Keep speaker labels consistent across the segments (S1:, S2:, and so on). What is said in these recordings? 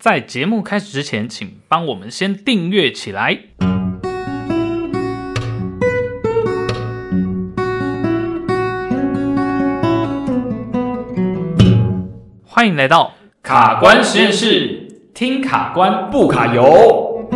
S1: 在节目开始之前，请帮我们先订阅起来。欢迎来到
S2: 卡关实验室，
S1: 听卡关。
S2: 不卡油。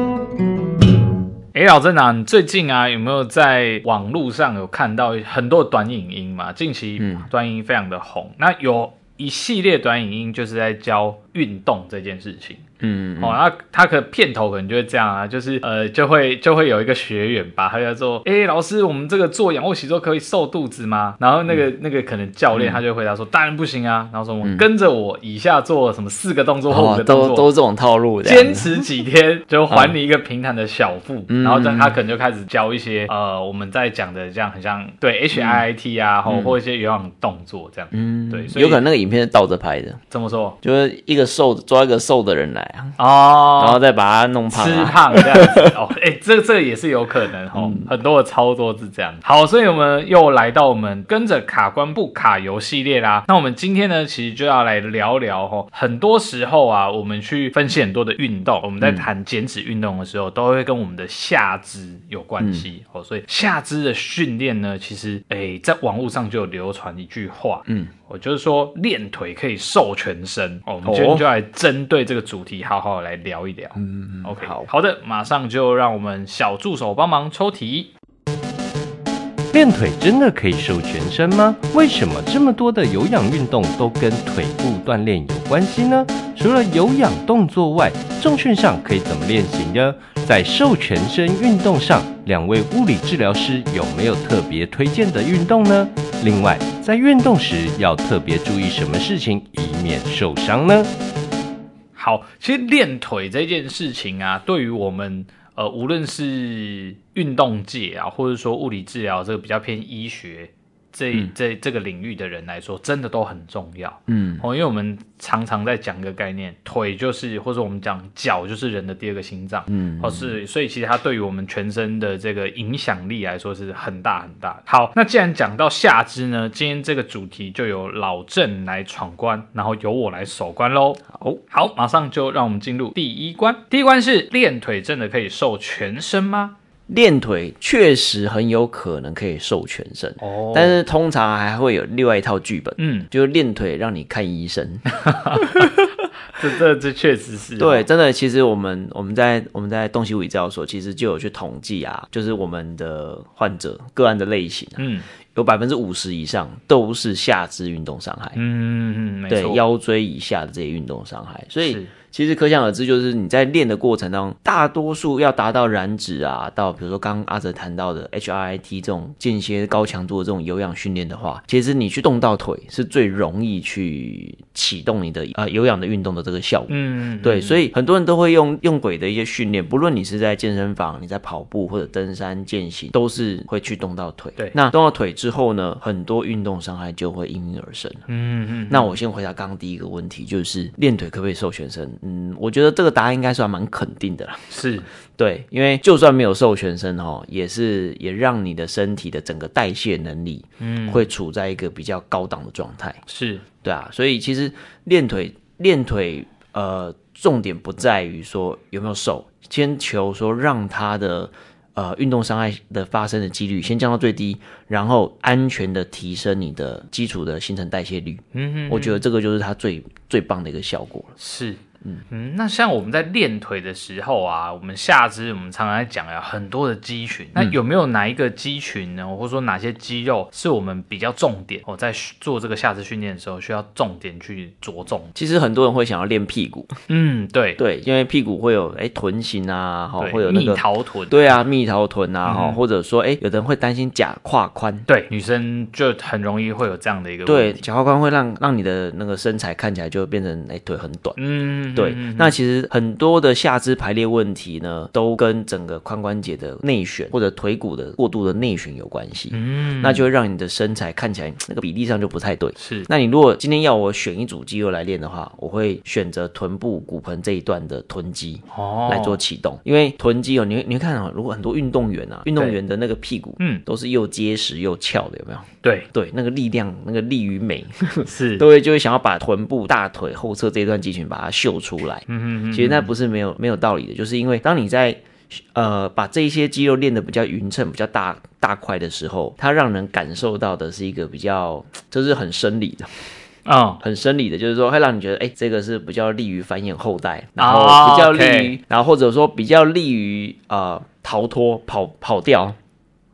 S1: 哎，老郑啊，你最近啊有没有在网络上有看到很多短影音嘛？近期
S2: 嗯
S1: 短影音非常的红，那有一系列短影音就是在教运动这件事情。
S2: 嗯，
S1: 哦，那他可片头可能就会这样啊，就是呃，就会就会有一个学员吧，他就说，诶，老师，我们这个做仰卧起坐可以瘦肚子吗？然后那个、
S2: 嗯
S1: 那个可能教练他就回答说，当然不行啊。然后说，我跟着我以下做什么四个动作或五
S2: 哦
S1: 个，动
S2: 都
S1: 作。
S2: 都这种套路的。
S1: 坚持几天就还你一个平坦的小腹，
S2: 嗯
S1: 然后这样他可能就开始教一些呃我们在讲的这样很像对 H I I T 啊，或、或一些有氧动作这样。
S2: 嗯，
S1: 对所以
S2: 有可能那个影片是倒着拍的，
S1: 怎么说？
S2: 就是一个瘦抓一个瘦的人来啊，
S1: 哦，
S2: 然后再把他弄胖
S1: 吃
S2: 啊。
S1: 胖这样子哦，哎、这这也是有可能哦，很多的操作是这样。好，所以我们又来到我们跟着卡关不卡游系列啦。那我们今天呢，其实就要来聊聊哦，很多时候啊，我们去分析很多的运动，我们在谈减脂运动的时候，都会跟我们的下肢有关系、哦。所以下肢的训练呢，其实哎、在网络上就有流传一句话，嗯。我就是说，练腿可以瘦全身哦。我们今天
S2: 哦嗯
S1: 就来针对这个主题，好好来聊一聊。OK，
S2: 好
S1: 好的，马上就让我们小助手帮忙抽题。
S3: 练腿真的可以瘦全身吗？为什么这么多的有氧运动都跟腿部锻炼有关系呢？除了有氧动作外，重训上可以怎么练习呢？在瘦全身运动上，两位物理治疗师有没有特别推荐的运动呢？另外，在运动时要特别注意什么事情，以免受伤呢？
S1: 好，其实练腿这件事情啊，对于我们呃，无论是运动界啊，或者说物理治疗这个比较偏医学这、这这个领域的人来说，真的都很重要。
S2: 嗯
S1: 哦，因为我们常常在讲一个概念，腿就是或者我们讲脚就是人的第二个心脏，嗯，哦是，所以其实它对于我们全身的这个影响力来说是很大很大的。好，那既然讲到下肢呢，今天这个主题就由老郑来闯关，然后由我来守关喽。好，好，马上就让我们进入第一关。第一关是练腿真的可以瘦全身吗？
S2: 练腿确实很有可能可以瘦全身，
S1: 哦
S2: 但是通常还会有另外一套剧本，
S1: 嗯，
S2: 就是练腿让你看医 生。
S1: 这这这确实是哦
S2: 对，，真的，其实我们我们在我们在东西物理治疗所，其实就有去统计啊，就是我们的患者个案的类型啊、
S1: 嗯
S2: 有百分之五十以上都是下肢运动伤害，
S1: 嗯嗯，没
S2: 对
S1: 错，
S2: 腰椎以下的这些运动伤害，所
S1: 是
S2: 以其实可想而知，就是你在练的过程当中，大多数要达到燃脂啊，到比如说刚刚阿哲谈到的 H R I T 这种间歇高强度的这种有氧训练的话，其实你去动到腿是最容易去启动你的呃有氧的运动的这个效果。
S1: 嗯，嗯
S2: 对，所以很多人都会用用轨的一些训练，不论你是在健身房、你在跑步或者登山健行，都是会去动到腿。
S1: 对
S2: 那动到腿之后呢，很多运动伤害就会应运而生。
S1: 嗯嗯，
S2: 那我先回答刚刚第一个问题，就是练腿可不可以瘦全身？嗯，我觉得这个答案应该算蛮肯定的啦。
S1: 是
S2: 对，因为就算没有瘦全身哦，也是也让你的身体的整个代谢能力，嗯，会处在一个比较高档的状态。
S1: 是，
S2: 对啊，所以其实练腿练腿，呃，重点不在于说有没有瘦，先求说让他的呃运动伤害的发生的几率先降到最低，然后安全的提升你的基础的新陈代谢率。
S1: 嗯哼。
S2: 我觉得这个就是它最最棒的一个效果了。
S1: 是，嗯那像我们在练腿的时候啊，我们下肢我们常常在讲啊，很多的肌群，
S2: 嗯
S1: 那有没有哪一个肌群呢，或者说哪些肌肉是我们比较重点哦，在训做这个下肢训练的时候需要重点去着重？
S2: 其实很多人会想要练屁股，
S1: 嗯，对，
S2: 对，因为屁股会有哎臀型啊，哈，
S1: 对
S2: 会有那
S1: 蜜
S2: 个
S1: 桃嗯臀，
S2: 对啊蜜桃臀啊，哈、或者说哎，有的人会担心假胯宽，
S1: 对，女生就很容易会有这样的一个
S2: 对，
S1: 问题。
S2: 假胯宽会让让你的那个身材看起来就变成哎腿很短。
S1: 嗯，
S2: 对
S1: 嗯，
S2: 那其实很多的下肢排列问题呢，都跟整个髋关节的内旋或者腿骨的过度的内旋有关系。嗯，那就会让你的身材看起来那个比例上就不太对。
S1: 是
S2: 那你如果今天要我选一组肌肉来练的话，我会选择臀部骨盆这一段的臀肌。
S1: 哦，
S2: 来做启动，因为臀肌哦，你会你会看哦，如果很多运动员啊，运动
S1: 对
S2: 员的那个屁股，
S1: 嗯
S2: 都是又结实又翘的，有没有？
S1: 对，
S2: 对，那个力量，那个力与美，
S1: 是
S2: 都会就会想要把臀部、大腿后侧这一段肌群把它秀出来。
S1: 嗯嗯嗯，
S2: 其实那不是没有没有道理的，就是因为当你在呃把这一些肌肉练得比较匀称、比较大大块的时候，它让人感受到的是一个比较就是很生理的、
S1: 嗯
S2: 很生理的，就是说会让你觉得哎、这个是比较利于繁衍后代，然
S1: 哦
S2: 后比较利于
S1: OK
S2: 然后或者说比较利于呃逃脱、跑跑掉。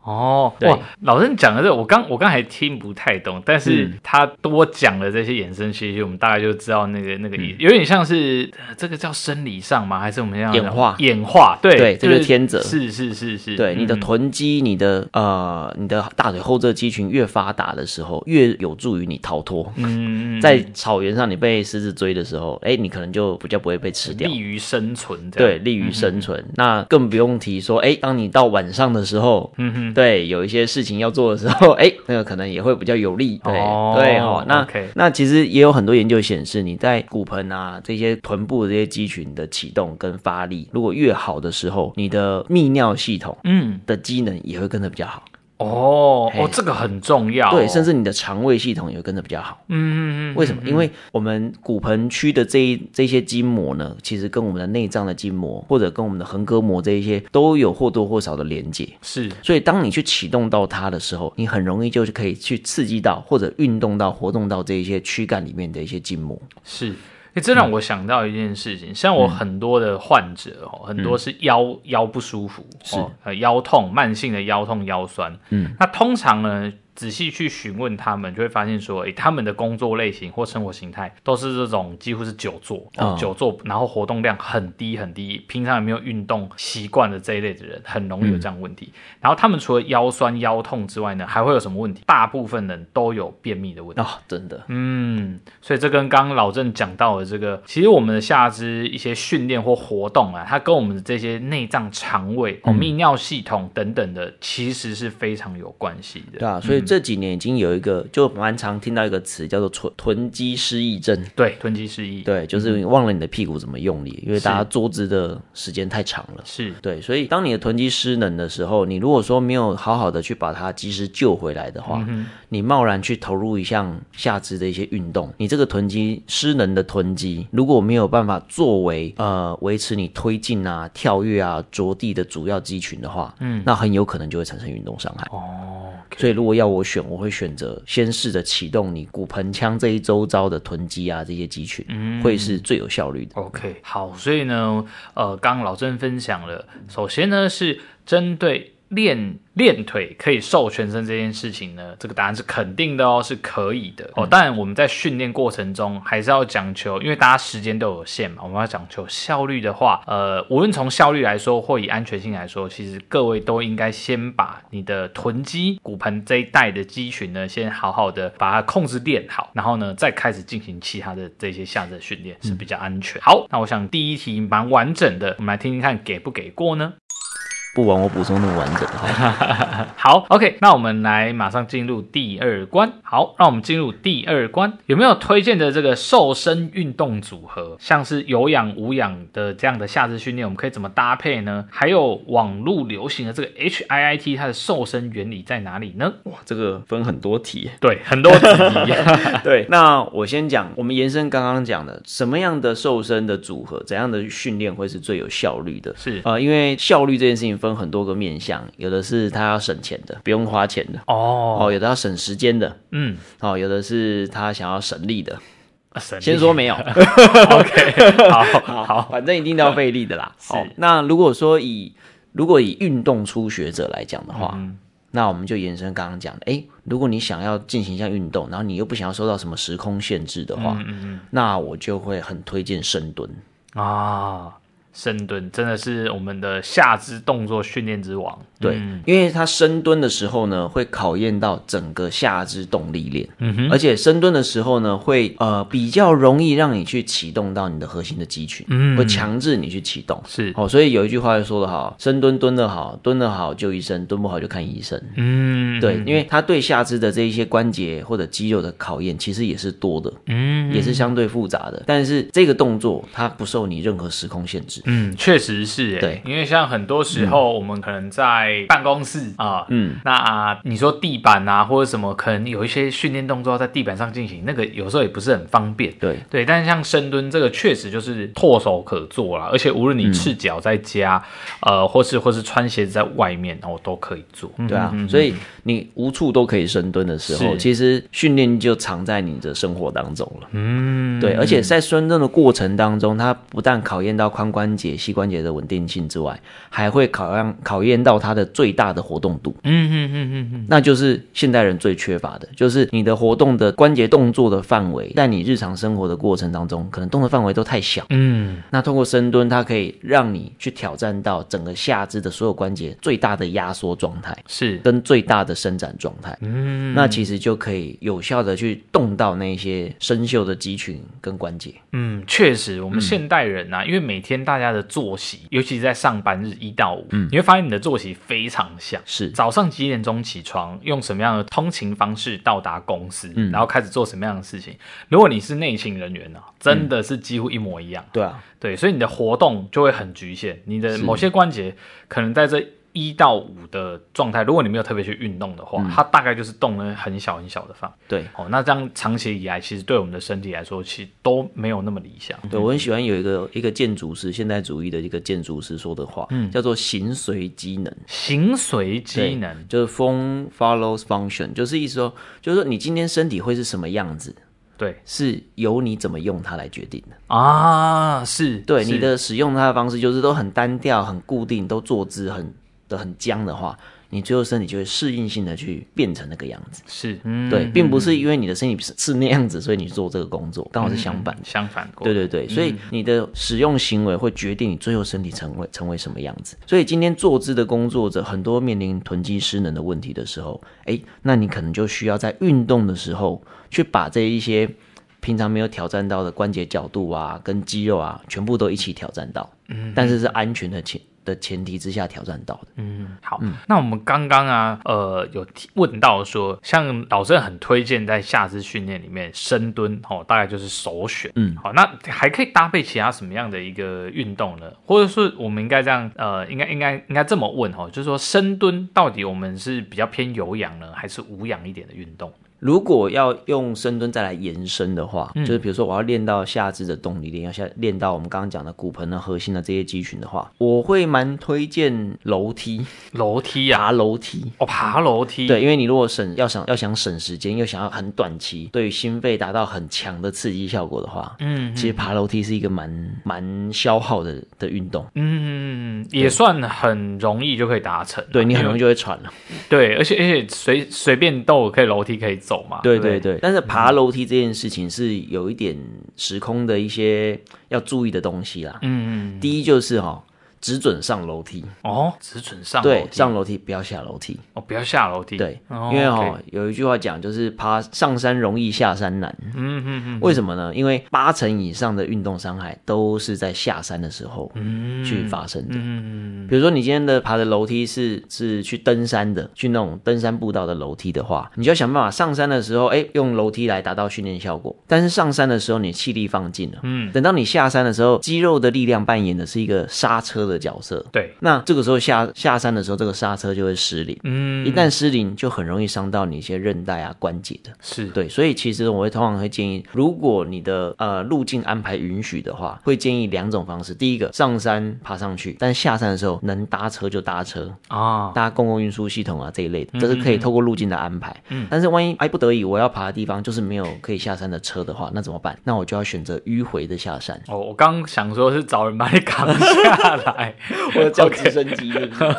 S1: 哦，
S2: 对
S1: 哇，老师你讲的这个我刚我刚还听不太懂，但是
S2: 嗯
S1: 他多讲了这些衍生学习，我们大概就知道那个那个
S2: 嗯
S1: 意思，有点像是、呃这个叫生理上吗？还是我们要
S2: 演化
S1: 演化，对
S2: 对这就是天择
S1: 是是是是，
S2: 对，你的
S1: 嗯
S2: 臀肌、你的呃、你的大腿后侧肌群越发达的时候，越有助于你逃脱。
S1: 嗯嗯嗯
S2: 在草原上，你被狮子追的时候，哎、你可能就比较不会被吃掉。
S1: 利啊嗯于生存，这
S2: 对，
S1: 样，
S2: 利于生存。那更不用提说，哎、当你到晚上的时候，
S1: 嗯哼，
S2: 对，有一些事情要做的时候，哎、那个可能也会比较有利。对，
S1: 哦
S2: 对哦。那
S1: OK
S2: 那其实也有很多研究显示，你在骨盆啊这些臀部的这些肌群的启动跟发力，如果越好的时候，你的泌尿系统
S1: 嗯，
S2: 的机能也会跟得比较好。
S1: 哦
S2: 嘿
S1: 哦，这个很重要哦，
S2: 对，甚至你的肠胃系统也会跟得比较好。
S1: 嗯嗯嗯，
S2: 为什么？因为我们骨盆区的这一这些筋膜呢，其实跟我们的内脏的筋膜，或者跟我们的横膈膜这一些，都有或多或少的连接。
S1: 是
S2: 所以，当你去启动到它的时候，你很容易就是可以去刺激到或者运动到、活动到这一些躯干里面的一些筋膜。
S1: 是。嗯哎，这让我想到一件事情，像我很多的患者哦，很多是腰、腰不舒服，
S2: 是
S1: 哦、呃腰痛，慢性的腰痛、腰酸。嗯，那通常呢，仔细去询问他们，就会发现说，哎，他们的工作类型或生活形态都是这种几乎是久坐，哦
S2: 哦
S1: 久坐，然后活动量很低很低，平常也没有运动习惯的这一类的人，很容易有这样的问题。然后他们除了腰酸、腰痛之外呢，还会有什么问题？大部分人都有便秘的问题。
S2: 哦，真的，
S1: 嗯，所以这跟刚刚老郑讲到的这个，其实我们的下肢一些训练或活动啊，它跟我们的这些内脏、肠胃、
S2: 嗯
S1: 哦、泌尿系统等等的，其实是非常有关系的。
S2: 对啊。所以这几年已经有一个，就蛮常听到一个词叫做臀臀肌失忆症。
S1: 对，臀肌失忆，，
S2: 对，就是你忘了你的屁股怎么用力，因为
S1: 嗯是
S2: 大家坐姿的时间太长了。
S1: 是
S2: 对，所以当你的臀肌失能的时候，你如果说没有好好的去把它及时救回来的话，你贸然去投入一项下肢的一些运动，你这个臀肌失能的臀肌，如果没有办法作为呃维持你推进啊、跳跃啊、着地的主要肌群的话，嗯，那很有可能就会产生运动伤害。哦。所以，如果要我选，我会选择先试着启动你骨盆腔这一周遭的臀肌啊这些肌群，会是最有效率的。
S1: OK，好，所以呢，呃，刚刚老郑分享了，首先呢是针对练练腿可以瘦全身这件事情呢，这个答案是肯定的哦，是可以的哦。当然我们在训练过程中还是要讲求，因为大家时间都有限嘛，我们要讲求效率的话，呃，无论从效率来说或以安全性来说，其实各位都应该先把你的臀肌、骨盆这一带的肌群呢，先好好的把它控制练好，然后呢，再开始进行其他的这些下肢的训练是比较安全。好，那我想第一题蛮完整的，我们来听听看给不给过呢？
S2: 不枉我补充那么完整的话。
S1: 好，OK，那我们来马上进入第二关。好，让我们进入第二关，有没有推荐的这个瘦身运动组合？像是有氧、无氧的这样的下肢训练，我们可以怎么搭配呢？还有网络流行的这个 HIIT，它的瘦身原理在哪里呢？
S2: 哇，哦这个分很多题。
S1: 对，很多质疑。
S2: 对，那我先讲，我们延伸刚刚讲的，什么样的瘦身的组合，怎样的训练会是最有效率的？
S1: 是
S2: 呃，因为效率这件事情分很多个面向，有的是他要省钱的，不用花钱的，
S1: 哦，
S2: 哦，有的要省时间的，
S1: 嗯，啊
S2: 哦，有的是他想要省力的。
S1: 神力
S2: 先说 没有，
S1: OK，好好，
S2: 反正一定都要费力 的啦。
S1: 是
S2: 好，那如果说以如果以运动初学者来讲的话，那我们就延伸刚刚讲的，诶，如果你想要进行一项运动，然后你又不想要受到什么时空限制的话，那我就会很推荐深蹲。
S1: 啊，深蹲真的是我们的下肢动作训练之王。
S2: 对，因为它深蹲的时候呢，会考验到整个下肢动力链，嗯哼，而且深蹲的时候呢，会呃比较容易让你去启动到你的核心的肌群，嗯，会强制你去启动，
S1: 是
S2: 哦，所以有一句话就说得好，深蹲蹲得好，蹲得好就医生，蹲不好就看医生，
S1: 嗯，
S2: 对，因为它对下肢的这一些关节或者肌肉的考验其实也是多的，
S1: 嗯，
S2: 也是相对复杂的，但是这个动作它不受你任何时空限制，
S1: 嗯，确实是、欸，
S2: 对
S1: 因为像很多时候我们可能在、在办公室啊，
S2: 嗯，
S1: 那、啊你说地板啊或者什么，可能有一些训练动作要在地板上进行，那个有时候也不是很方便。
S2: 对，
S1: 对，但是像深蹲这个确实就是唾手可做啦，而且无论你赤脚在家，
S2: 嗯
S1: 呃，或是或是穿鞋子在外面，哦，都可以做。
S2: 对啊，所以你无处都可以深蹲的时候，
S1: 嗯是
S2: 其实训练就藏在你的生活当中了。
S1: 嗯，
S2: 对，而且在深蹲的过程当中，它不但考验到髋关节、膝关节的稳定性之外，还会考验考验到它的最大的活动度。
S1: 嗯嗯嗯嗯嗯，
S2: 那就是现代人最缺乏的，就是你的活动的关节动作的范围，在你日常生活的过程当中，可能动的范围都太小。
S1: 嗯，
S2: 那通过深蹲，它可以让你去挑战到整个下肢的所有关节最大的压缩状态。
S1: 是，
S2: 跟最大的伸展状态，
S1: 嗯
S2: 那其实就可以有效的去动到那些生锈的肌群跟关节。
S1: 嗯，确实，我们现代人
S2: 嗯
S1: 啊，因为每天大家的作息，尤其是在上班日一到五，
S2: 嗯
S1: 你会发现你的作息非常像。
S2: 是
S1: 早上几点钟起床，用什么样的通勤方式到达公司，
S2: 嗯
S1: 然后开始做什么样的事情。如果你是内勤人员呢、啊，真的是几乎一模一样。
S2: 嗯对啊，
S1: 对，所以你的活动就会很局限，你的某些关节可能在这一到五的状态，如果你没有特别去运动的话，
S2: 嗯
S1: 它大概就是动了很小很小的范围。
S2: 对
S1: 哦，那这样长期以来，其实对我们的身体来说，其实都没有那么理想。
S2: 对，我很喜欢有一个一个建筑师，现代主义的一个建筑师说的话，叫做“形随机能”。
S1: 形随机
S2: 对
S1: 能，
S2: 就是 form follows function，就是意思说，就是说你今天身体会是什么样子，
S1: 对
S2: 是由你怎么用它来决定的。
S1: 啊，是
S2: 对，
S1: 是
S2: 你的使用它的方式就是都很单调、很固定，都坐姿很的很僵的话，你最后身体就会适应性的去变成那个样子。
S1: 是，嗯，
S2: 对，并不是因为你的身体是是那样子，所以你做这个工作，刚好是相反的。嗯
S1: 相反过，
S2: 对对对，所以你的使用行为会决定你最后身体成为成为什么样子。所以今天坐姿的工作者很多面临囤积失能的问题的时候，哎，那你可能就需要在运动的时候去把这一些平常没有挑战到的关节角度啊、跟肌肉啊，全部都一起挑战到。嗯，但是是安全的前的前提之下挑战到的。
S1: 嗯，好，那我们刚刚啊，呃，有提问到说，像老郑很推荐在下肢训练里面深蹲，哦，大概就是首选。
S2: 嗯
S1: 好，那还可以搭配其他什么样的一个运动呢？或者是我们应该这样，呃，应该应该应该这么问哦，就是说深蹲到底我们是比较偏有氧呢，还是无氧一点的运动？
S2: 如果要用深蹲再来延伸的话，
S1: 嗯
S2: 就是比如说我要练到下肢的动力链，要下练到我们刚刚讲的骨盆的啊核心的这些肌群的话，我会蛮推荐楼梯，
S1: 楼梯啊，
S2: 爬楼梯。
S1: 哦，爬楼梯，
S2: 对，因为你如果省要想要想省时间，又想要很短期，对于心肺达到很强的刺激效果的话，
S1: 嗯，
S2: 其实爬楼梯是一个蛮蛮消耗的的运动，
S1: 嗯，也算很容易就可以达成啊。
S2: 对你很容易
S1: 易
S2: 就会喘了。
S1: 对，而且而且随随便都有可以楼梯可以走嘛。
S2: 对
S1: 不
S2: 对对，但是爬楼梯这件事情是有一点时空的一些要注意的东西啦。
S1: 嗯，
S2: 第一就是哈、哦，只准上楼梯，
S1: 哦，只准上楼
S2: 对
S1: 梯，
S2: 上楼梯不要下楼梯，
S1: 哦，不要下楼梯。
S2: 对，
S1: 哦
S2: 因为
S1: OK
S2: 哦有一句话讲就是爬上山容易下山难，
S1: 嗯嗯嗯，
S2: 为什么呢？因为八成以上的运动伤害都是在下山的时候
S1: 嗯
S2: 去发生的。
S1: 嗯，
S2: 比如说你今天的爬的楼梯是是去登山的，去那种登山步道的楼梯的话，你就要想办法上山的时候，哎，用楼梯来达到训练效果。但是上山的时候你气力放尽了，嗯，等到你下山的时候，肌肉的力量扮演的是一个刹车的角色。
S1: 对，
S2: 那这个时候下下山的时候，这个刹车就会失灵，
S1: 嗯
S2: 一旦失灵就很容易伤到你一些韧带啊关节的。
S1: 是，
S2: 对，所以其实我会通常会建议，如果你的呃路径安排允许的话，会建议两种方式。第一个，上山爬上去，但下山的时候能搭车就搭车，
S1: 啊，，
S2: 搭公共运输系统啊这一类的，这是可以透过路径的安排。嗯，但是万一哎不得已我要爬的地方就是没有可以下山的车的话，那怎么办？那我就要选择迂回的下山
S1: 哦，我刚想说是找人把你扛下来，
S2: 或者叫直升机，是 不是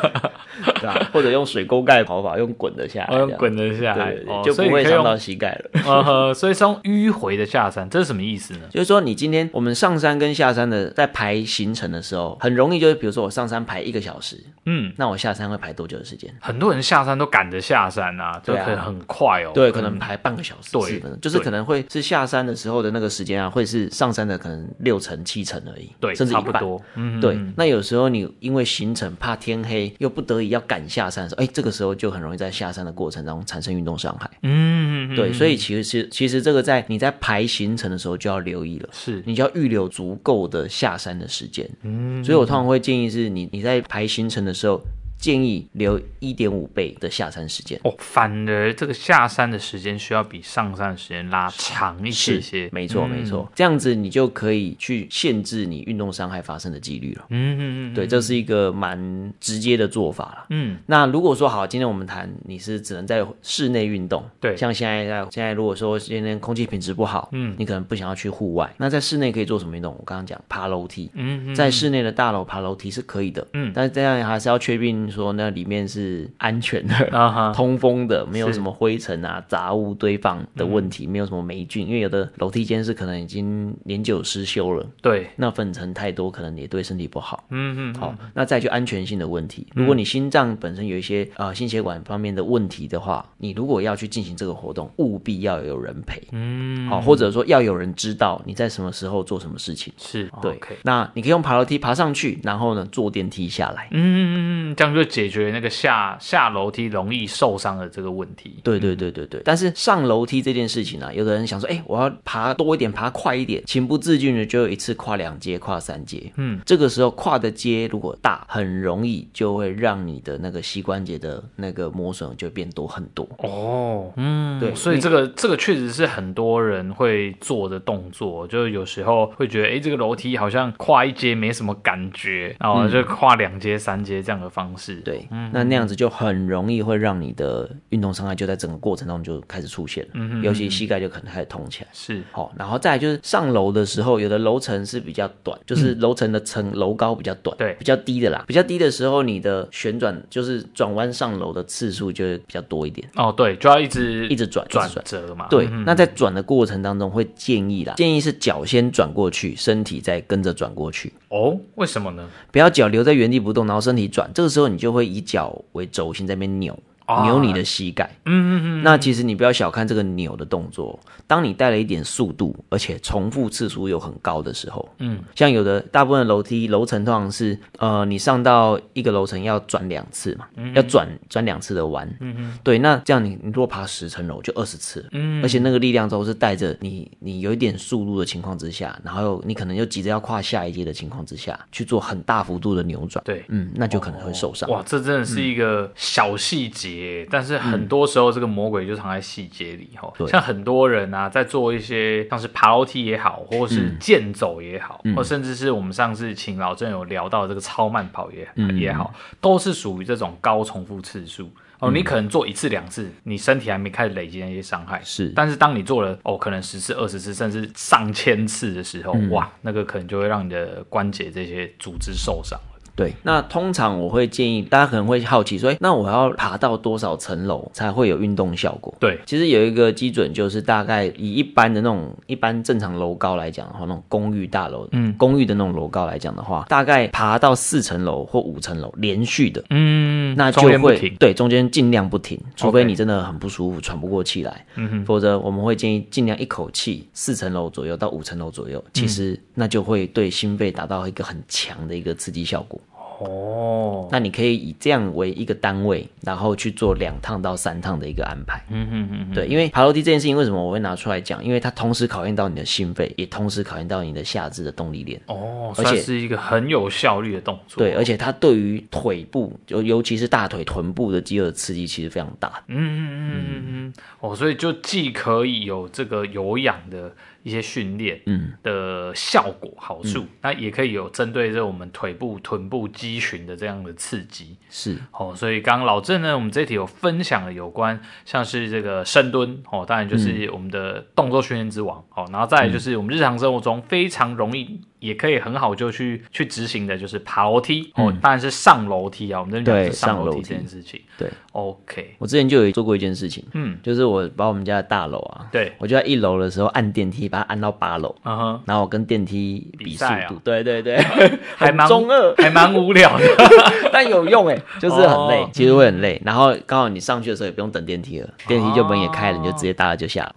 S2: 对吧？或者用水沟盖跑法，用滚的下来，
S1: 我
S2: 这样
S1: 哦滚了下来
S2: 对对，
S1: 哦
S2: 对，就
S1: 所以
S2: 不会
S1: 可以
S2: 伤到
S1: 用，
S2: 膝盖了。
S1: 呃呵，所以是用迂回的下山，这是什么意思呢？
S2: 就是说，你今天我们上山跟下山的在排行程的时候，很容易就是，比如说我上山排一个小时，
S1: 嗯。
S2: 那我下山会排多久的时间？
S1: 很多人下山都赶着下山啊，就
S2: 对啊
S1: 可能很快哦。
S2: 对，可能排半个小时，
S1: 对
S2: 40分钟就是可能会是下山的时候的那个时间啊，会是上山的可能六成、七成而已，
S1: 对，
S2: 甚至
S1: 差
S2: 一
S1: 不
S2: 半。
S1: 多。嗯，
S2: 对，那有时候你因为行程怕天黑，又不得已要赶下山的时候，哎，这个时候就很容易在下山的过程当中产生运动伤害。
S1: 嗯，嗯嗯
S2: 对，所以其实其实这个在你在排行程的时候就要留意了。
S1: 是
S2: 你就要预留足够的下山的时间。嗯，所以我通常会建议是你你在排行程的时候，建议留一点五倍的下山时间。
S1: 哦，反而这个下山的时间需要比上山的时间拉长一些些。
S2: 没错，没错，这样子你就可以去限制你运动伤害发生的几率了。
S1: 嗯嗯嗯，
S2: 对，这是一个蛮直接的做法啦。
S1: 嗯，
S2: 那如果说好，今天我们谈你是只能在室内运动，
S1: 对
S2: 像现在在现在如果说今天空气品质不好，
S1: 嗯
S2: 你可能不想要去户外，那在室内可以做什么运动？我刚刚讲爬楼梯，
S1: 嗯嗯
S2: 在室内的大楼爬楼梯是可以的，
S1: 嗯
S2: 但是这样还是要确定说那里面是安全的。
S1: 啊哈，
S2: 通风的，没有
S1: 是嗯
S2: 什么灰尘啊、杂物堆放的问题，没有什么霉菌，因为有的楼梯间是可能已经年久失修了，
S1: 对，
S2: 那粉尘太多，可能也对身体不好。
S1: 嗯嗯，
S2: 好，那再就安全性的问题。如果你心脏本身有一些呃心血管方面的问题的话，你如果要去进行这个活动，务必要有人陪，
S1: 嗯，
S2: 好，或者说要有人知道你在什么时候做什么事情。
S1: 是
S2: 对
S1: 哦 OK
S2: 那你可以用爬楼梯爬上去，然后呢坐电梯下来。
S1: 嗯，这样就解决那个下下楼梯容易受伤的这个问题。
S2: 对对对对对，但是上楼梯这件事情啊，有的人想说，哎、我要爬多一点，爬快一点，情不自禁的就有一次跨两阶、跨三阶。
S1: 嗯，
S2: 这个时候跨的阶如果大，很容易就会让你的那个膝关节的那个磨损就变多很多。
S1: 哦，嗯，
S2: 对
S1: 所以这个这个确实是很多人会做的动作，就是有时候会觉得，哎、这个楼梯好像跨一阶没什么感觉，然后就跨两阶、三阶这样的方式。，
S2: 嗯对，那
S1: 嗯
S2: 那样子就很容易会让你的运动伤害就在整个过程当中就开始出现了，
S1: 嗯
S2: 尤其膝盖就可能开始痛起来。
S1: 是，
S2: 好，然后再来就是上楼的时候，有的楼层是比较短，就是楼层的层楼高比较短，
S1: 嗯对
S2: 比较低的啦，比较低的时候，你的旋转就是转弯上楼的次数就会比较多一点，
S1: 哦，对，就要一直
S2: 一直转，一直
S1: 转
S2: 转。
S1: 折嘛。
S2: 对，
S1: 嗯
S2: 那在转的过程当中会建议啦，建议是脚先转过去，身体再跟着转过去，
S1: 哦，为什么呢？
S2: 不要脚留在原地不动，然后身体转。这个时候你就会以脚为轴心在那边扭，
S1: 啊
S2: 扭你的膝盖。
S1: 嗯嗯嗯，
S2: 那其实你不要小看这个扭的动作，当你带了一点速度，而且重复次数又很高的时候，
S1: 嗯，
S2: 像有的大部分的楼梯楼层通常是，呃，你上到一个楼层要转两次嘛，
S1: 嗯
S2: 要转转两次的弯，嗯嗯，对，那这样你你如果爬十层楼就二十次，嗯，而且那个力量都是带着你你有一点速度的情况之下，然后又你可能又急着要跨下一阶的情况之下去做很大幅度的扭转，
S1: 对。
S2: 嗯，那就可能会受伤。
S1: 哇，这真的
S2: 嗯
S1: 是一个小细节，但是很多时候这个魔鬼就藏在细节里哈。
S2: 对
S1: 像很多人啊，在做一些像是爬楼梯也好，或是
S2: 嗯
S1: 健走也好，或甚至是我们上次请老郑有聊到这个超慢跑也、
S2: 嗯
S1: 也好，都是属于这种高重复次数。哦，
S2: 嗯
S1: 你可能做一次两次，你身体还没开始累积那些伤害，
S2: 是
S1: 但是当你做了哦，可能十次、二十次，甚至上千次的时候，
S2: 嗯
S1: 哇，那个可能就会让你的关节这些组织受伤了。
S2: 对，那通常我会建议大家可能会好奇说，诶那我要爬到多少层楼才会有运动效果？
S1: 对，
S2: 其实有一个基准，就是大概以一般的那种一般正常楼高来讲的话，那种公寓大楼，嗯，公寓的那种楼高来讲的话，大概爬到四层楼或五层楼连续的，
S1: 嗯，
S2: 那就
S1: 中间不
S2: 会
S1: 停。
S2: 对中间尽量不停，除非
S1: OK 嗯
S2: 你真的很不舒服，喘不过气来，否则我们会建议尽量一口气四层楼左右到五层楼左右，其实那就会对心肺达到一个很强的一个刺激效果。
S1: 哦，
S2: 那你可以以这样为一个单位，然后去做两趟到三趟的一个安排。
S1: 嗯哼哼，
S2: 对，因为爬楼梯这件事情，为什么我会拿出来讲？因为它同时考验到你的心肺，也同时考验到你的下肢的动力链。
S1: 哦，
S2: 而且
S1: 算是一个很有效率的动作。
S2: 对，而且它对于腿部，尤尤其是大腿、臀部的肌肉的刺激，其实非常大。
S1: 嗯嗯嗯嗯嗯，哦，所以就既可以有这个有氧的一些训练，
S2: 嗯，
S1: 的效果好处，那也可以有针对着我们腿部、臀部肌群的这样的刺激。
S2: 是，
S1: 哦，所以刚刚老郑呢，我们这一题有分享了有关像是这个深蹲哦，当然
S2: 嗯
S1: 就是我们的动作训练之王哦，然后再来就是我们日常生活中非常容易。也可以很好就去去执行的，就是爬楼梯、哦，当然是上楼梯啊。我们这边讲
S2: 嗯对
S1: 的是上
S2: 上
S1: 楼
S2: 楼
S1: 梯
S2: 梯
S1: 这件事情。
S2: 对
S1: OK，
S2: 我之前就有做过一件事情，
S1: 嗯，
S2: 就是我把我们家的大楼啊，
S1: 对，
S2: 我就在一楼的时候按电梯，把它按到八楼。
S1: 嗯哼，
S2: 然后我跟电梯
S1: 比
S2: 比速
S1: 赛
S2: 度，
S1: 啊
S2: 对对对，
S1: 还蛮
S2: 很中二，
S1: 还蛮无聊的。
S2: 但有用哎、就是很累，
S1: 哦
S2: 其实会很累。然后刚好你上去的时候也不用等电梯了，电梯就门也开了，你就直接搭了就下了。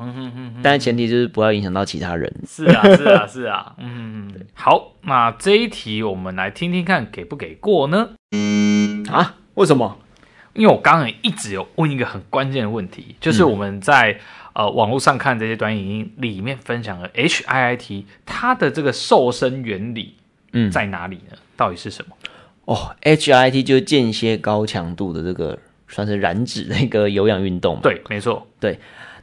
S2: 但是前提就是不要影响到其他人。
S1: 是啊，是啊，是啊，嗯，好，那这一题我们来听听看给不给过呢？
S2: 啊？为什么？
S1: 因为我刚刚一直有问一个很关键的问题，就是我
S2: 嗯
S1: 们在、呃网络上看这些短影音里面分享的 HIIT，它的这个瘦身原理
S2: 嗯
S1: 在哪里呢？到底是什么？
S2: 哦，HIT 就是间歇高强度的这个算是燃脂的一个有氧运动嘛。
S1: 对，没 错，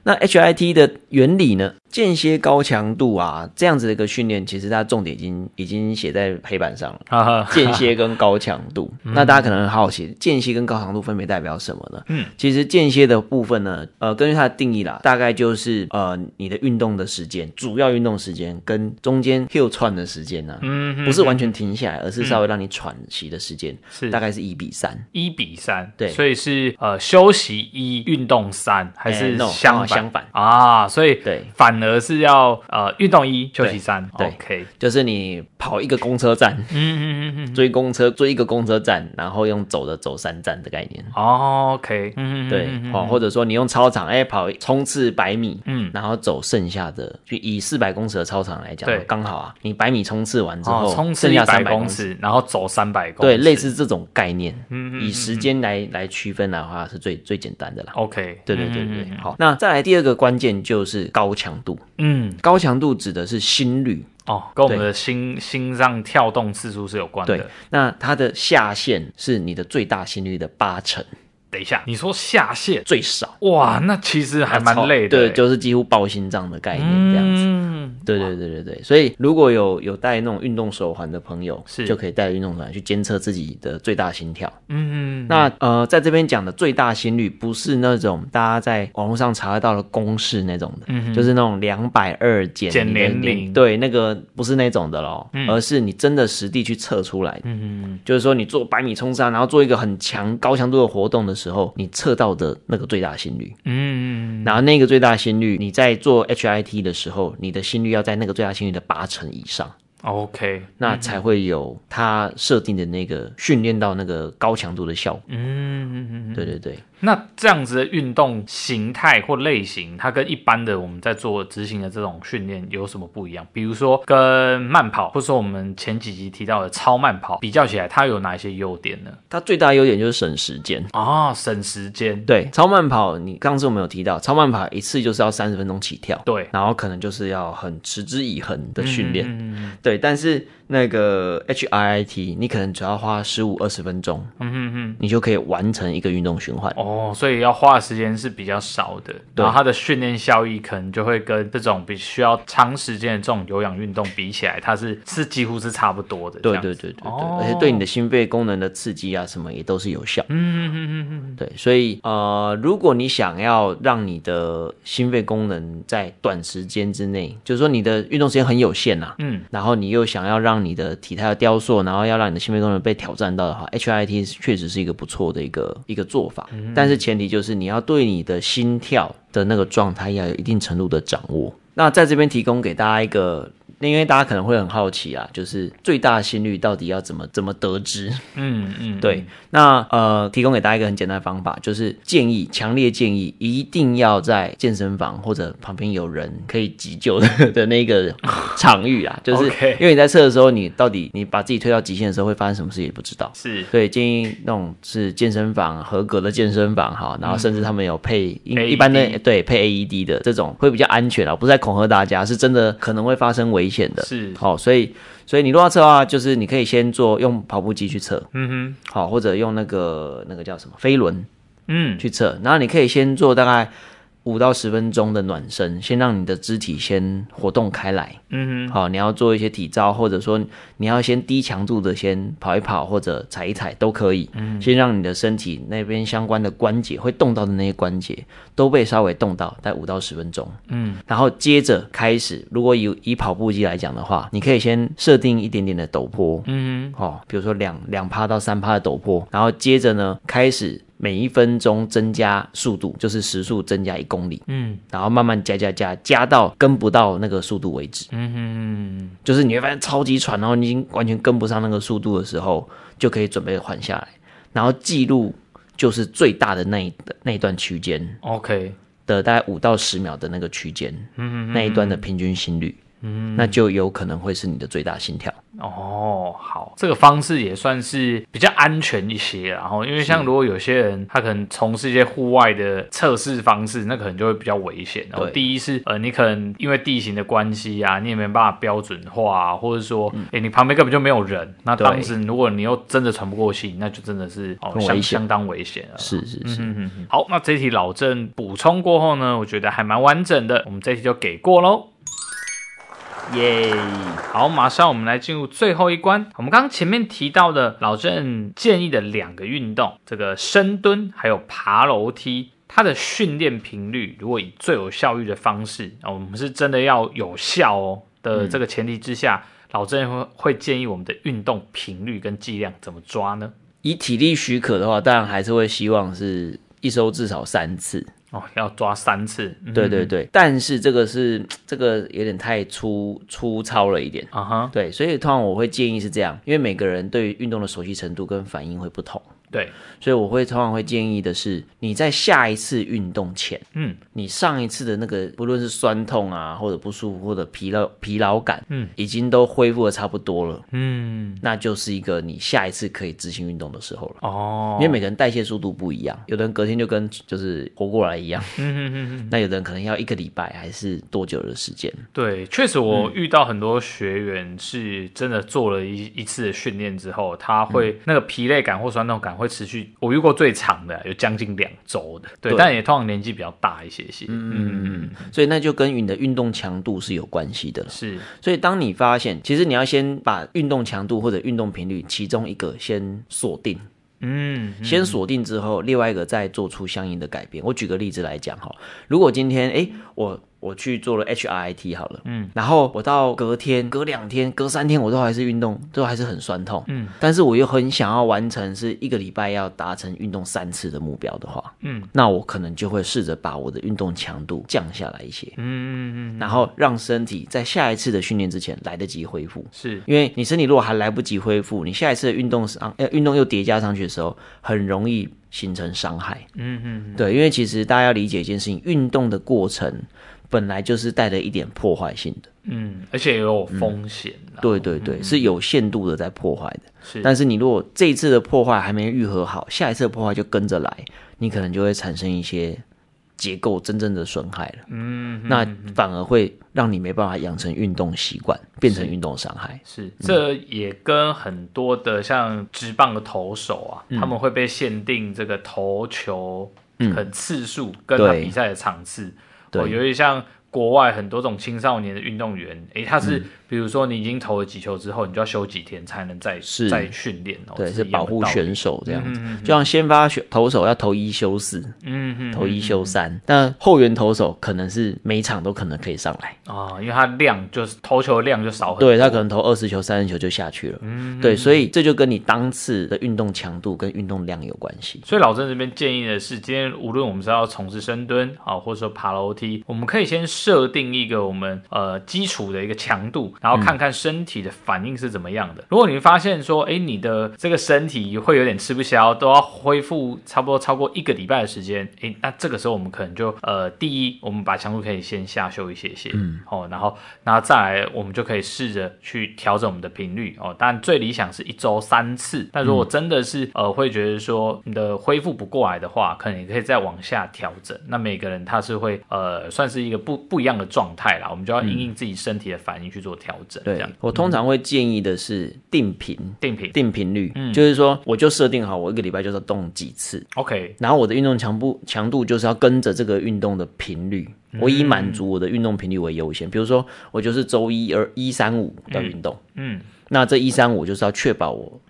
S2: 那 HIT 的原理呢？间歇高强度啊，这样子的一个训练，其实它重点已经已经写在黑板上了。
S1: 哈哈，
S2: 间歇跟高强 度，那大家可能很好奇，间歇跟高强度分别代表什么呢？
S1: 嗯，
S2: 其实间歇的部分呢，呃，根据它的定义啦，大概就是呃你的运动的时间，主要运动时间跟中间 Q 串的时间呢、啊
S1: 嗯哼，
S2: 不是完全停下来，而是稍微让你喘息的时间，
S1: 是
S2: 大概是一比三。
S1: 一比三，
S2: 对
S1: 所以是呃休息一，运动三，还
S2: 哎
S1: 是
S2: ，no，
S1: 相
S2: 哦
S1: 反、
S2: 相反
S1: 啊？所以
S2: 对
S1: 反而是要呃运动一，休息
S2: 对
S1: 三
S2: 对
S1: ，OK，
S2: 就是你跑一个公车站，
S1: 嗯嗯嗯嗯
S2: 追公车追一个公车站，然后用走的走三站的概念。
S1: 哦，OK，嗯，
S2: 对，
S1: 嗯
S2: 哦，或者说你用操场哎、跑冲刺百米，
S1: 嗯
S2: 然后走剩下的，就以四百公尺的操场来讲
S1: 对，
S2: 刚好啊，你百米冲刺完之后，
S1: 哦，冲刺
S2: 剩
S1: 一
S2: 下
S1: 百
S2: 三百
S1: 公
S2: 尺，
S1: 尺，然后走三百公尺，
S2: 对，类似这种概念，
S1: 嗯嗯
S2: 以时间来来区分的话是最最简单的啦。
S1: ，OK，
S2: 对对对
S1: 嗯
S2: 对，
S1: 嗯嗯
S2: 好，那再来第二个关键就是高强度，
S1: 嗯，
S2: 高强度指的是心率，
S1: 哦，跟我们的心心脏跳动次数是有关
S2: 对
S1: 的。，
S2: 那它的下限是你的最大心率的八成，
S1: 等一下，你说下线，
S2: 最少。
S1: 哇，那其实还蛮累的欸，
S2: 对，就是几乎爆心脏的概念这样子。
S1: 嗯，
S2: 对对对对对，所以如果有有戴那种运动手环的朋友，
S1: 是
S2: 就可以戴运动手环去监测自己的最大心跳。
S1: 嗯，嗯，
S2: 那呃，在这边讲的最大心率，不是那种大家在网络上查得到的公式那种的，就是那种两百二减
S1: 嗯减
S2: 你的
S1: 年
S2: 年
S1: 龄
S2: 对，那个不是那种的咯，而是你真的实地去测出来的。
S1: 嗯，
S2: 就是说，你做百米冲刺啊，然后做一个很强高强度的活动的时候，你测到的那个最大心率。
S1: 嗯嗯，
S2: 然后那个最大心率，你在做 HIT 的时候，你的心率要在那个最大心率的八成以上，
S1: OK，
S2: 那才会有它设定的那个训练到那个高强度的效果。
S1: 嗯，
S2: 对对对，
S1: 那这样子的运动形态或类型，它跟一般的我们在做执行的这种训练有什么不一样？比如说跟慢跑，或者说我们前几集提到的超慢跑比较起来，它有哪一些优点呢？
S2: 它最大优点就是省时间。
S1: 啊、省时间，
S2: 对，超慢跑，你刚刚是我们有提到，超慢跑一次就是要三十分钟起跳，
S1: 对，
S2: 然后可能就是要很持之以恒的训练。
S1: 嗯
S2: 对，但是那个 HIIT，你可能只要花十五二十分钟，
S1: 嗯嗯嗯。
S2: 你就可以完成一个运动循环。
S1: 哦，所以要花的时间是比较少的，然后它的训练效益可能就会跟这种比需要长时间的这种有氧运动比起来，它是是几乎是差不多的。这
S2: 对
S1: 样
S2: 对
S1: 子
S2: 对对对，
S1: 哦
S2: 而且对你的心肺功能的刺激啊，什么也都是有效。
S1: 嗯嗯嗯嗯嗯，
S2: 对，所以呃，如果你想要让你的心肺功能在短时间之内，就是说你的运动时间很有限呐、啊
S1: 嗯，
S2: 然后你又想要让你的体态的雕塑，然后要让你的心肺功能被挑战到的话，HIT 确实是一个不错的一个一个做法，
S1: 嗯
S2: 但是前提就是你要对你的心跳的那个状态要有一定程度的掌握。那在这边提供给大家一个。因为大家可能会很好奇啊，就是最大心率到底要怎么怎么得知？
S1: 嗯嗯，
S2: 对，那呃，提供给大家一个很简单的方法，就是建议，强烈建议一定要在健身房或者旁边有人可以急救的 的那个场域啊，就 是
S1: OK
S2: 因为你在测的时候，你到底你把自己推到极限的时候会发生什么事也不知道。
S1: 是
S2: 所以建议那种是健身房合格的健身房哈，
S1: 嗯
S2: 然后甚至他们有配一
S1: AED
S2: 一般的对配 AED 的这种会比较安全啊，不是在恐吓大家，是真的可能会发生危险的。
S1: 是，
S2: 好、所以所以你如果要测的话，就是你可以先做用跑步机去测，
S1: 嗯哼，
S2: 好，或者用那个那个叫什么飞轮
S1: 嗯，
S2: 去测，然后你可以先做大概五到十分钟的暖身，先让你的肢体先活动开来。
S1: 嗯哼，
S2: 好，你要做一些体操，或者说你要先低强度的先跑一跑，或者踩一踩都可以。嗯，先让你的身体那边相关的关节会动到的那些关节都被稍微动到，在五到十分钟。
S1: 嗯，
S2: 然后接着开始，如果以以跑步机来讲的话，你可以先设定一点点的陡坡。
S1: 嗯
S2: 哦，比如说两两趴到三趴的陡坡，然后接着呢开始每一分钟增加速度，就是时速增加一公里，
S1: 嗯
S2: 然后慢慢加加加加到跟不到那个速度为止。
S1: 嗯嗯
S2: 就是你会发现超级喘，然后你已经完全跟不上那个速度的时候，就可以准备缓下来，然后记录就是最大的那一那一段区间
S1: ，OK，
S2: 的大概五到十秒的那个区间，嗯那一段的平均心率。
S1: 嗯，
S2: 那就有可能会是你的最大心跳。
S1: 哦，好，这个方式也算是比较安全一些啦，然哦后因为像如果有些人他可能从事一些户外的测试方式，那可能就会比较危险。然后
S2: 对
S1: 第一是呃，你可能因为地形的关系啊，你也没办法标准化、啊，或者说哎、诶你旁边根本就没有人，那
S2: 嗯对
S1: 当时如果你又真的喘不过气，那就真的是哦
S2: 很危
S1: 相
S2: 险
S1: 相当危险了。
S2: 是是是，
S1: 嗯哼哼，好，那这题老郑补充过后呢，我觉得还蛮完整的，我们这题就给过喽。
S2: 耶、
S1: 好，马上我们来进入最后一关。我们刚刚前面提到的老郑建议的两个运动，这个深蹲还有爬楼梯。它的训练频率，如果以最有效率的方式啊、我们是真的要有效哦的这个
S2: 嗯
S1: 前提之下，老郑会会建议我们的运动频率跟剂量怎么抓呢？
S2: 以体力许可的话，当然还是会希望是一周至少三次。
S1: 哦，要抓三次，嗯
S2: 对对对，但是这个是这个有点太粗粗糙了一点。
S1: 啊哈，
S2: 对，所以通常我会建议是这样，因为每个人对于运动的熟悉程度跟反应会不同，
S1: 对，
S2: 所以我会通常会建议的是，你在下一次运动前，
S1: 嗯，
S2: 你上一次的那个不论是酸痛啊，或者不舒服，或者疲劳疲劳感，
S1: 嗯，
S2: 已经都恢复的差不多了，
S1: 嗯，
S2: 那就是一个你下一次可以执行运动的时候了。
S1: 哦，
S2: 因为每个人代谢速度不一样，有的人隔天就跟就是活过来一样，
S1: 嗯哼哼哼
S2: 那有的人可能要一个礼拜还是多久的时间？
S1: 对，确实我遇到很多学员是真的做了一一次的训练之后，他会、那个疲累感或酸痛感会持续，我遇过最长的有将近两周的，对，
S2: 对
S1: 但也通常年纪比较大一些些，嗯，嗯
S2: 所以那就跟你的运动强度是有关系的。
S1: 是，
S2: 所以当你发现，其实你要先把运动强度或者运动频率其中一个先锁定，
S1: 嗯，嗯
S2: 先锁定之后，另外一个再做出相应的改变。我举个例子来讲哈，如果今天诶我我去做了 HRIT 好了，嗯，然后我到隔天、隔两天、隔三天，我都还是运动，都还是很酸痛，嗯，但是我又很想要完成是一个礼拜要达成运动三次的目标的话，
S1: 嗯，
S2: 那我可能就会试着把我的运动强度降下来一些，
S1: 嗯嗯嗯，
S2: 然后让身体在下一次的训练之前来得及恢复。
S1: 是，
S2: 因为你身体如果还来不及恢复，你下一次的运动伤呃运动又叠加上去的时候，很容易形成伤害。
S1: 嗯嗯
S2: 对，因为其实大家要理解一件事情，运动的过程本来就是带了一点破坏性的，
S1: 嗯，而且也有风险啦，
S2: 对对对，是有限度的在破坏的。
S1: 嗯是，
S2: 但是你如果这一次的破坏还没愈合好，下一次的破坏就跟着来，你可能就会产生一些结构真正的损害了。
S1: 嗯，
S2: 那反而会让你没办法养成运动习惯，变成运动伤害。
S1: 是，这也跟很多的像职棒的投手啊，
S2: 嗯
S1: 他们会被限定这个投球很次数跟他
S2: 对
S1: 比赛的场次，
S2: 嗯对
S1: 哦，尤其像。国外很多这种青少年的运动员，诶，他
S2: 嗯
S1: 是、比如说你已经投了几球之后，你就要休几天才能再
S2: 是
S1: 再训练哦，
S2: 对，
S1: 这
S2: 是
S1: 一样的
S2: 保护
S1: 道理，
S2: 选手这样子，就像先发选投手要投一休四，
S1: 嗯哼
S2: 投一休三，那后援投手可能是每一场都可能可以上来，
S1: 啊、因为他量就是投球量就少很多，
S2: 对他可能投二十球、三十球就下去了，
S1: 嗯
S2: 对，所以这就跟你当次的运动强度跟运动量有关系。
S1: 所以老郑这边建议的是，今天无论我们是要从事深蹲啊，或者说爬楼梯，我们可以先设定一个我们呃基础的一个强度，然后看看身体的反应是怎么样的。嗯如果你发现说，哎、你的这个身体会有点吃不消，都要恢复差不多超过一个礼拜的时间，哎、那这个时候我们可能就呃，第一，我们把强度可以先下修一些些，嗯，哦，然后然后再来，我们就可以试着去调整我们的频率哦。当然，最理想是一周三次。但如果真的是、呃，会觉得说你的恢复不过来的话，可能也可以再往下调整。那每个人他是会呃，算是一个不不一样的状态啦。我们就要因应自己身体的反应去做调整，这
S2: 对
S1: 样
S2: 我通常会建议的是定频。
S1: 定频。
S2: 定频率，
S1: 嗯
S2: 就是说，我就设定好，我一个礼拜就是要动几次，
S1: OK，
S2: 然后我的运动强不强度就是要跟着这个运动的频率，
S1: 嗯
S2: 我以满足我的运动频率为优先。比如说，我就是周一二一三五要运动，
S1: 嗯，
S2: 那这一三五就是要确保我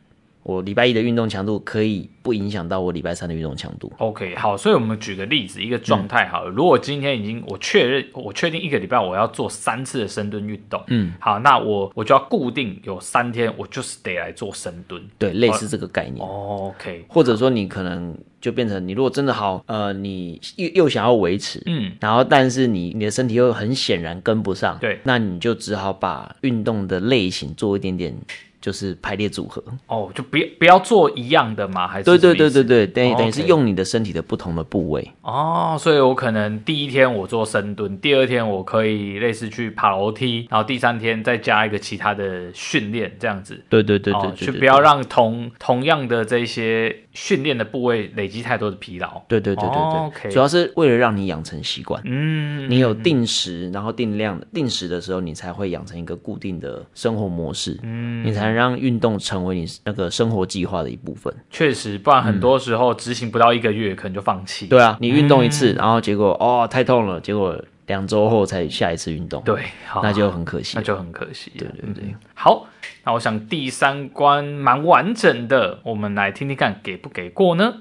S2: 我礼拜一的运动强度可以不影响到我礼拜三的运动强度。
S1: OK，好，所以我们举个例子，一个状态
S2: 嗯
S1: 好了。如果今天已经我确认，我确定一个礼拜我要做三次的深蹲运动，嗯，好，那我我就要固定有三天，我就是得来做深蹲。
S2: 对，类
S1: 哦
S2: 似这个概念，
S1: OK，
S2: 或者说你可能就变成你如果真的好，呃，你又又想要维持，
S1: 嗯，
S2: 然后但是你你的身体又很显然跟不上，
S1: 对
S2: 那你就只好把运动的类型做一点点就是排列组合。
S1: 哦，就不要不要做一样的嘛，还是
S2: 对
S1: 什么
S2: 对对
S1: 意思
S2: 对对，等于
S1: 哦
S2: 等于是
S1: OK
S2: 用你的身体的不同的部位。
S1: 哦，所以我可能第一天我做深蹲，第二天我可以类似去爬楼梯，然后第三天再加一个其他的训练，这样子。
S2: 对对对对
S1: 哦，
S2: 对，
S1: 就
S2: 对
S1: 不要
S2: 对
S1: 让同同样的这些训练的部位累积太多的疲劳。
S2: 对对对对对，
S1: 哦，OK
S2: 主要是为了让你养成习惯。
S1: 嗯，
S2: 你有定时，然后定量、定时的时候，你才会养成一个固定的生活模式，嗯，你才能让运动成为你那个生活计划的一部分。
S1: 确实，不然很多时候执行不到一个月，可能就放弃。
S2: 对啊，你运动一
S1: 嗯
S2: 次，然后结果哦太痛了，结果两周后才下一次运动，，
S1: 对，好
S2: 那就很可惜
S1: 那。就很可惜。对
S2: 对对
S1: 好，那我想第三关蛮完整的，我们来听听看给不给过呢？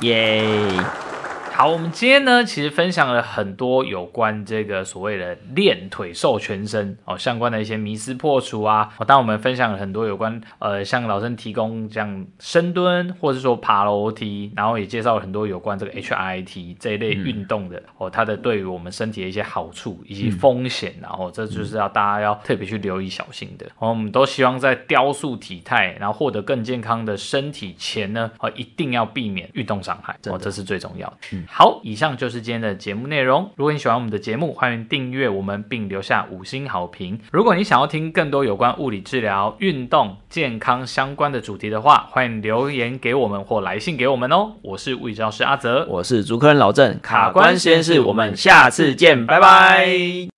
S2: 耶，
S1: 好，我们今天呢，其实分享了很多有关这个所谓的练腿瘦全身哦相关的一些迷思破除啊。哦，当然我们分享了很多有关呃，像老生提供像深蹲或者说爬楼梯，然后也介绍了很多有关这个 HIIT 这一类运动的、哦，它的对于我们身体的一些好处以及风险，然后这就是要大家要特别去留意小心的。哦，我们都希望在雕塑体态，然后获得更健康的身体前呢，哦，一定要避免运动伤害，哦，这是最重要的。嗯好，以上就是今天的节目内容。如果你喜欢我们的节目，欢迎订阅我们并留下五星好评。如果你想要听更多有关物理治疗、运动、健康相关的主题的话，欢迎留言给我们或来信给我们哦。我是物理治疗师阿泽，
S2: 我是主科人老郑，
S1: 卡关实验室我们下次见拜拜